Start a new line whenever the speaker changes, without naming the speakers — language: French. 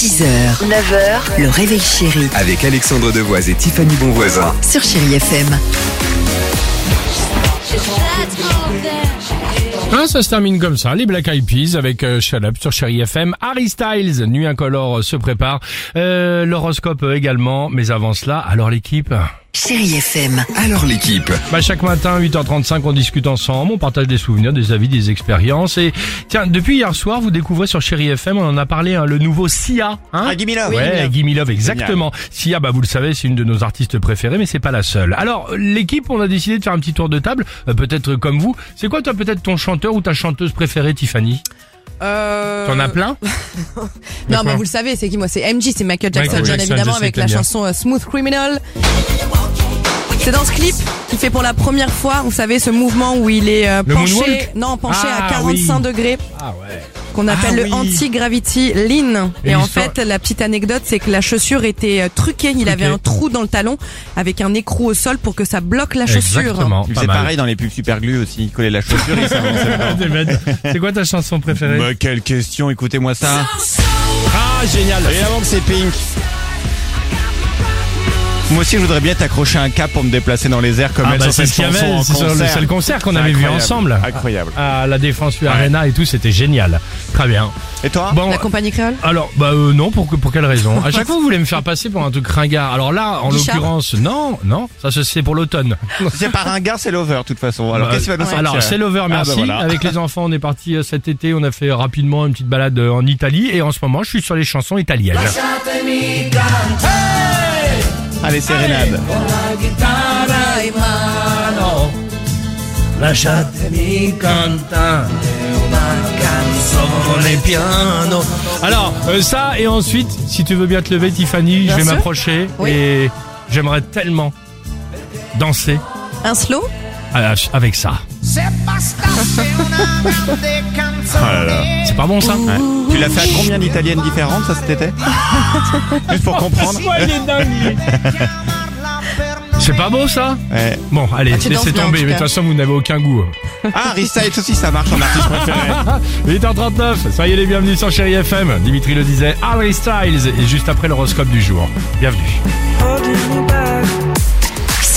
6h, 9h, le réveil chéri
Avec Alexandre Devoise et Tiffany Bonvoisin.
sur Chérie FM.
Hein, ça se termine comme ça, les Black Eyed Peas avec euh, Shut Up sur Chéri FM. Harry Styles, Nuit Incolore euh, se prépare. Euh, L'horoscope euh, également, mais avant cela, alors l'équipe
Chérie FM,
Alors l'équipe,
bah, Chaque matin, 8h35, on discute ensemble, on partage des souvenirs, des avis, des expériences. Et tiens, depuis hier soir, vous découvrez sur Chéri FM, on en a parlé, hein, le nouveau Sia. Hein
Ah, Gimme Love.
Ouais, Gimme Love, exactement. Sia, bah, vous le savez, c'est une de nos artistes préférées, mais c'est pas la seule. Alors, l'équipe, on a décidé de faire un petit tour de table, euh, peut-être comme vous. C'est quoi, toi, peut-être ton chanteur ou ta chanteuse préférée, Tiffany
Euh...
T'en as plein
Non,
D'accord.
mais vous le savez, c'est qui moi C'est MJ, c'est Michael Jackson,
Michael
bien
Jackson, je
évidemment,
sais
avec
que
la
t'aimes bien.
chanson euh, Smooth Criminal. C'est dans ce clip qu'il fait pour la première fois, vous savez, ce mouvement où il est euh,
Le
penché,
moonwalk
non, penché
Ah,
à 45
oui.
degrés,
Ah ouais.
qu'on appelle
Ah
le
oui.
anti-gravity lean.
Et
Et, en
l'histoire-
fait, la petite anecdote, c'est que la chaussure était euh, truquée, il
Truquée.
avait un trou dans le talon avec un écrou au sol pour que ça bloque la chaussure.
Exactement.
Il
pas
faisait
mal. Eh
pareil hein. dans les pubs super glue aussi. Il collait la chaussure et il s'avançait dedans.
Des bêtes. C'est quoi ta chanson préférée
Bah, quelle question, écoutez-moi ça.
Ah génial.
Et avant que c'est Pink. Moi aussi, je voudrais bien t'accrocher un cap pour me déplacer dans les airs comme
Ah
elle
bah,
sur
c'est
cette
ce qu'il y
chanson
avait,
en
c'est sur le
concert.
seul concert qu'on
C'est
avait vu
incroyable,
ensemble.
Incroyable.
À la défense U Arena et tout, c'était génial. Très bien.
Et toi
Bon,
Ah, La compagnie créole
alors bah euh, non pour que- pour quelle raison À chaque fois vous voulez me faire passer pour un truc ringard. Alors là, en
Guichard
l'occurrence, non, non, ça se- c'est pour l'automne.
C'est par un gars, c'est l'over, de toute façon. Alors,
Bah,
qu'est-ce qu'il va nous sortir
Alors, c'est l'over,
bah
merci.
voilà.
Avec les enfants, on est parti euh, cet été, on a fait rapidement une petite balade euh, en Italie et en ce moment, je suis sur les chansons italiennes.
Allez, sérénade.
Alors, euh, ça, et ensuite, si tu veux bien te lever, Tiffany, je vais
sûr.
m'approcher
Oui.
et j'aimerais tellement danser
Un slow
euh, avec ça. Ah C'est pas bon ça
Tu l'as fait à combien d'italiennes différentes, ça, cet été Juste pour comprendre.
C'est pas beau ça
Ouais.
Bon, allez,
Ah, tu danses
laissez
bien, en
tomber,
tout
mais de toute
cas.
façon, vous n'avez aucun goût.
Ah, Rista et aussi, ça marche en artiste préféré.
8h39, soyez les bienvenus sur Chéri FM. Dimitri le disait, Harry Styles, et juste après l'horoscope du jour. Bienvenue.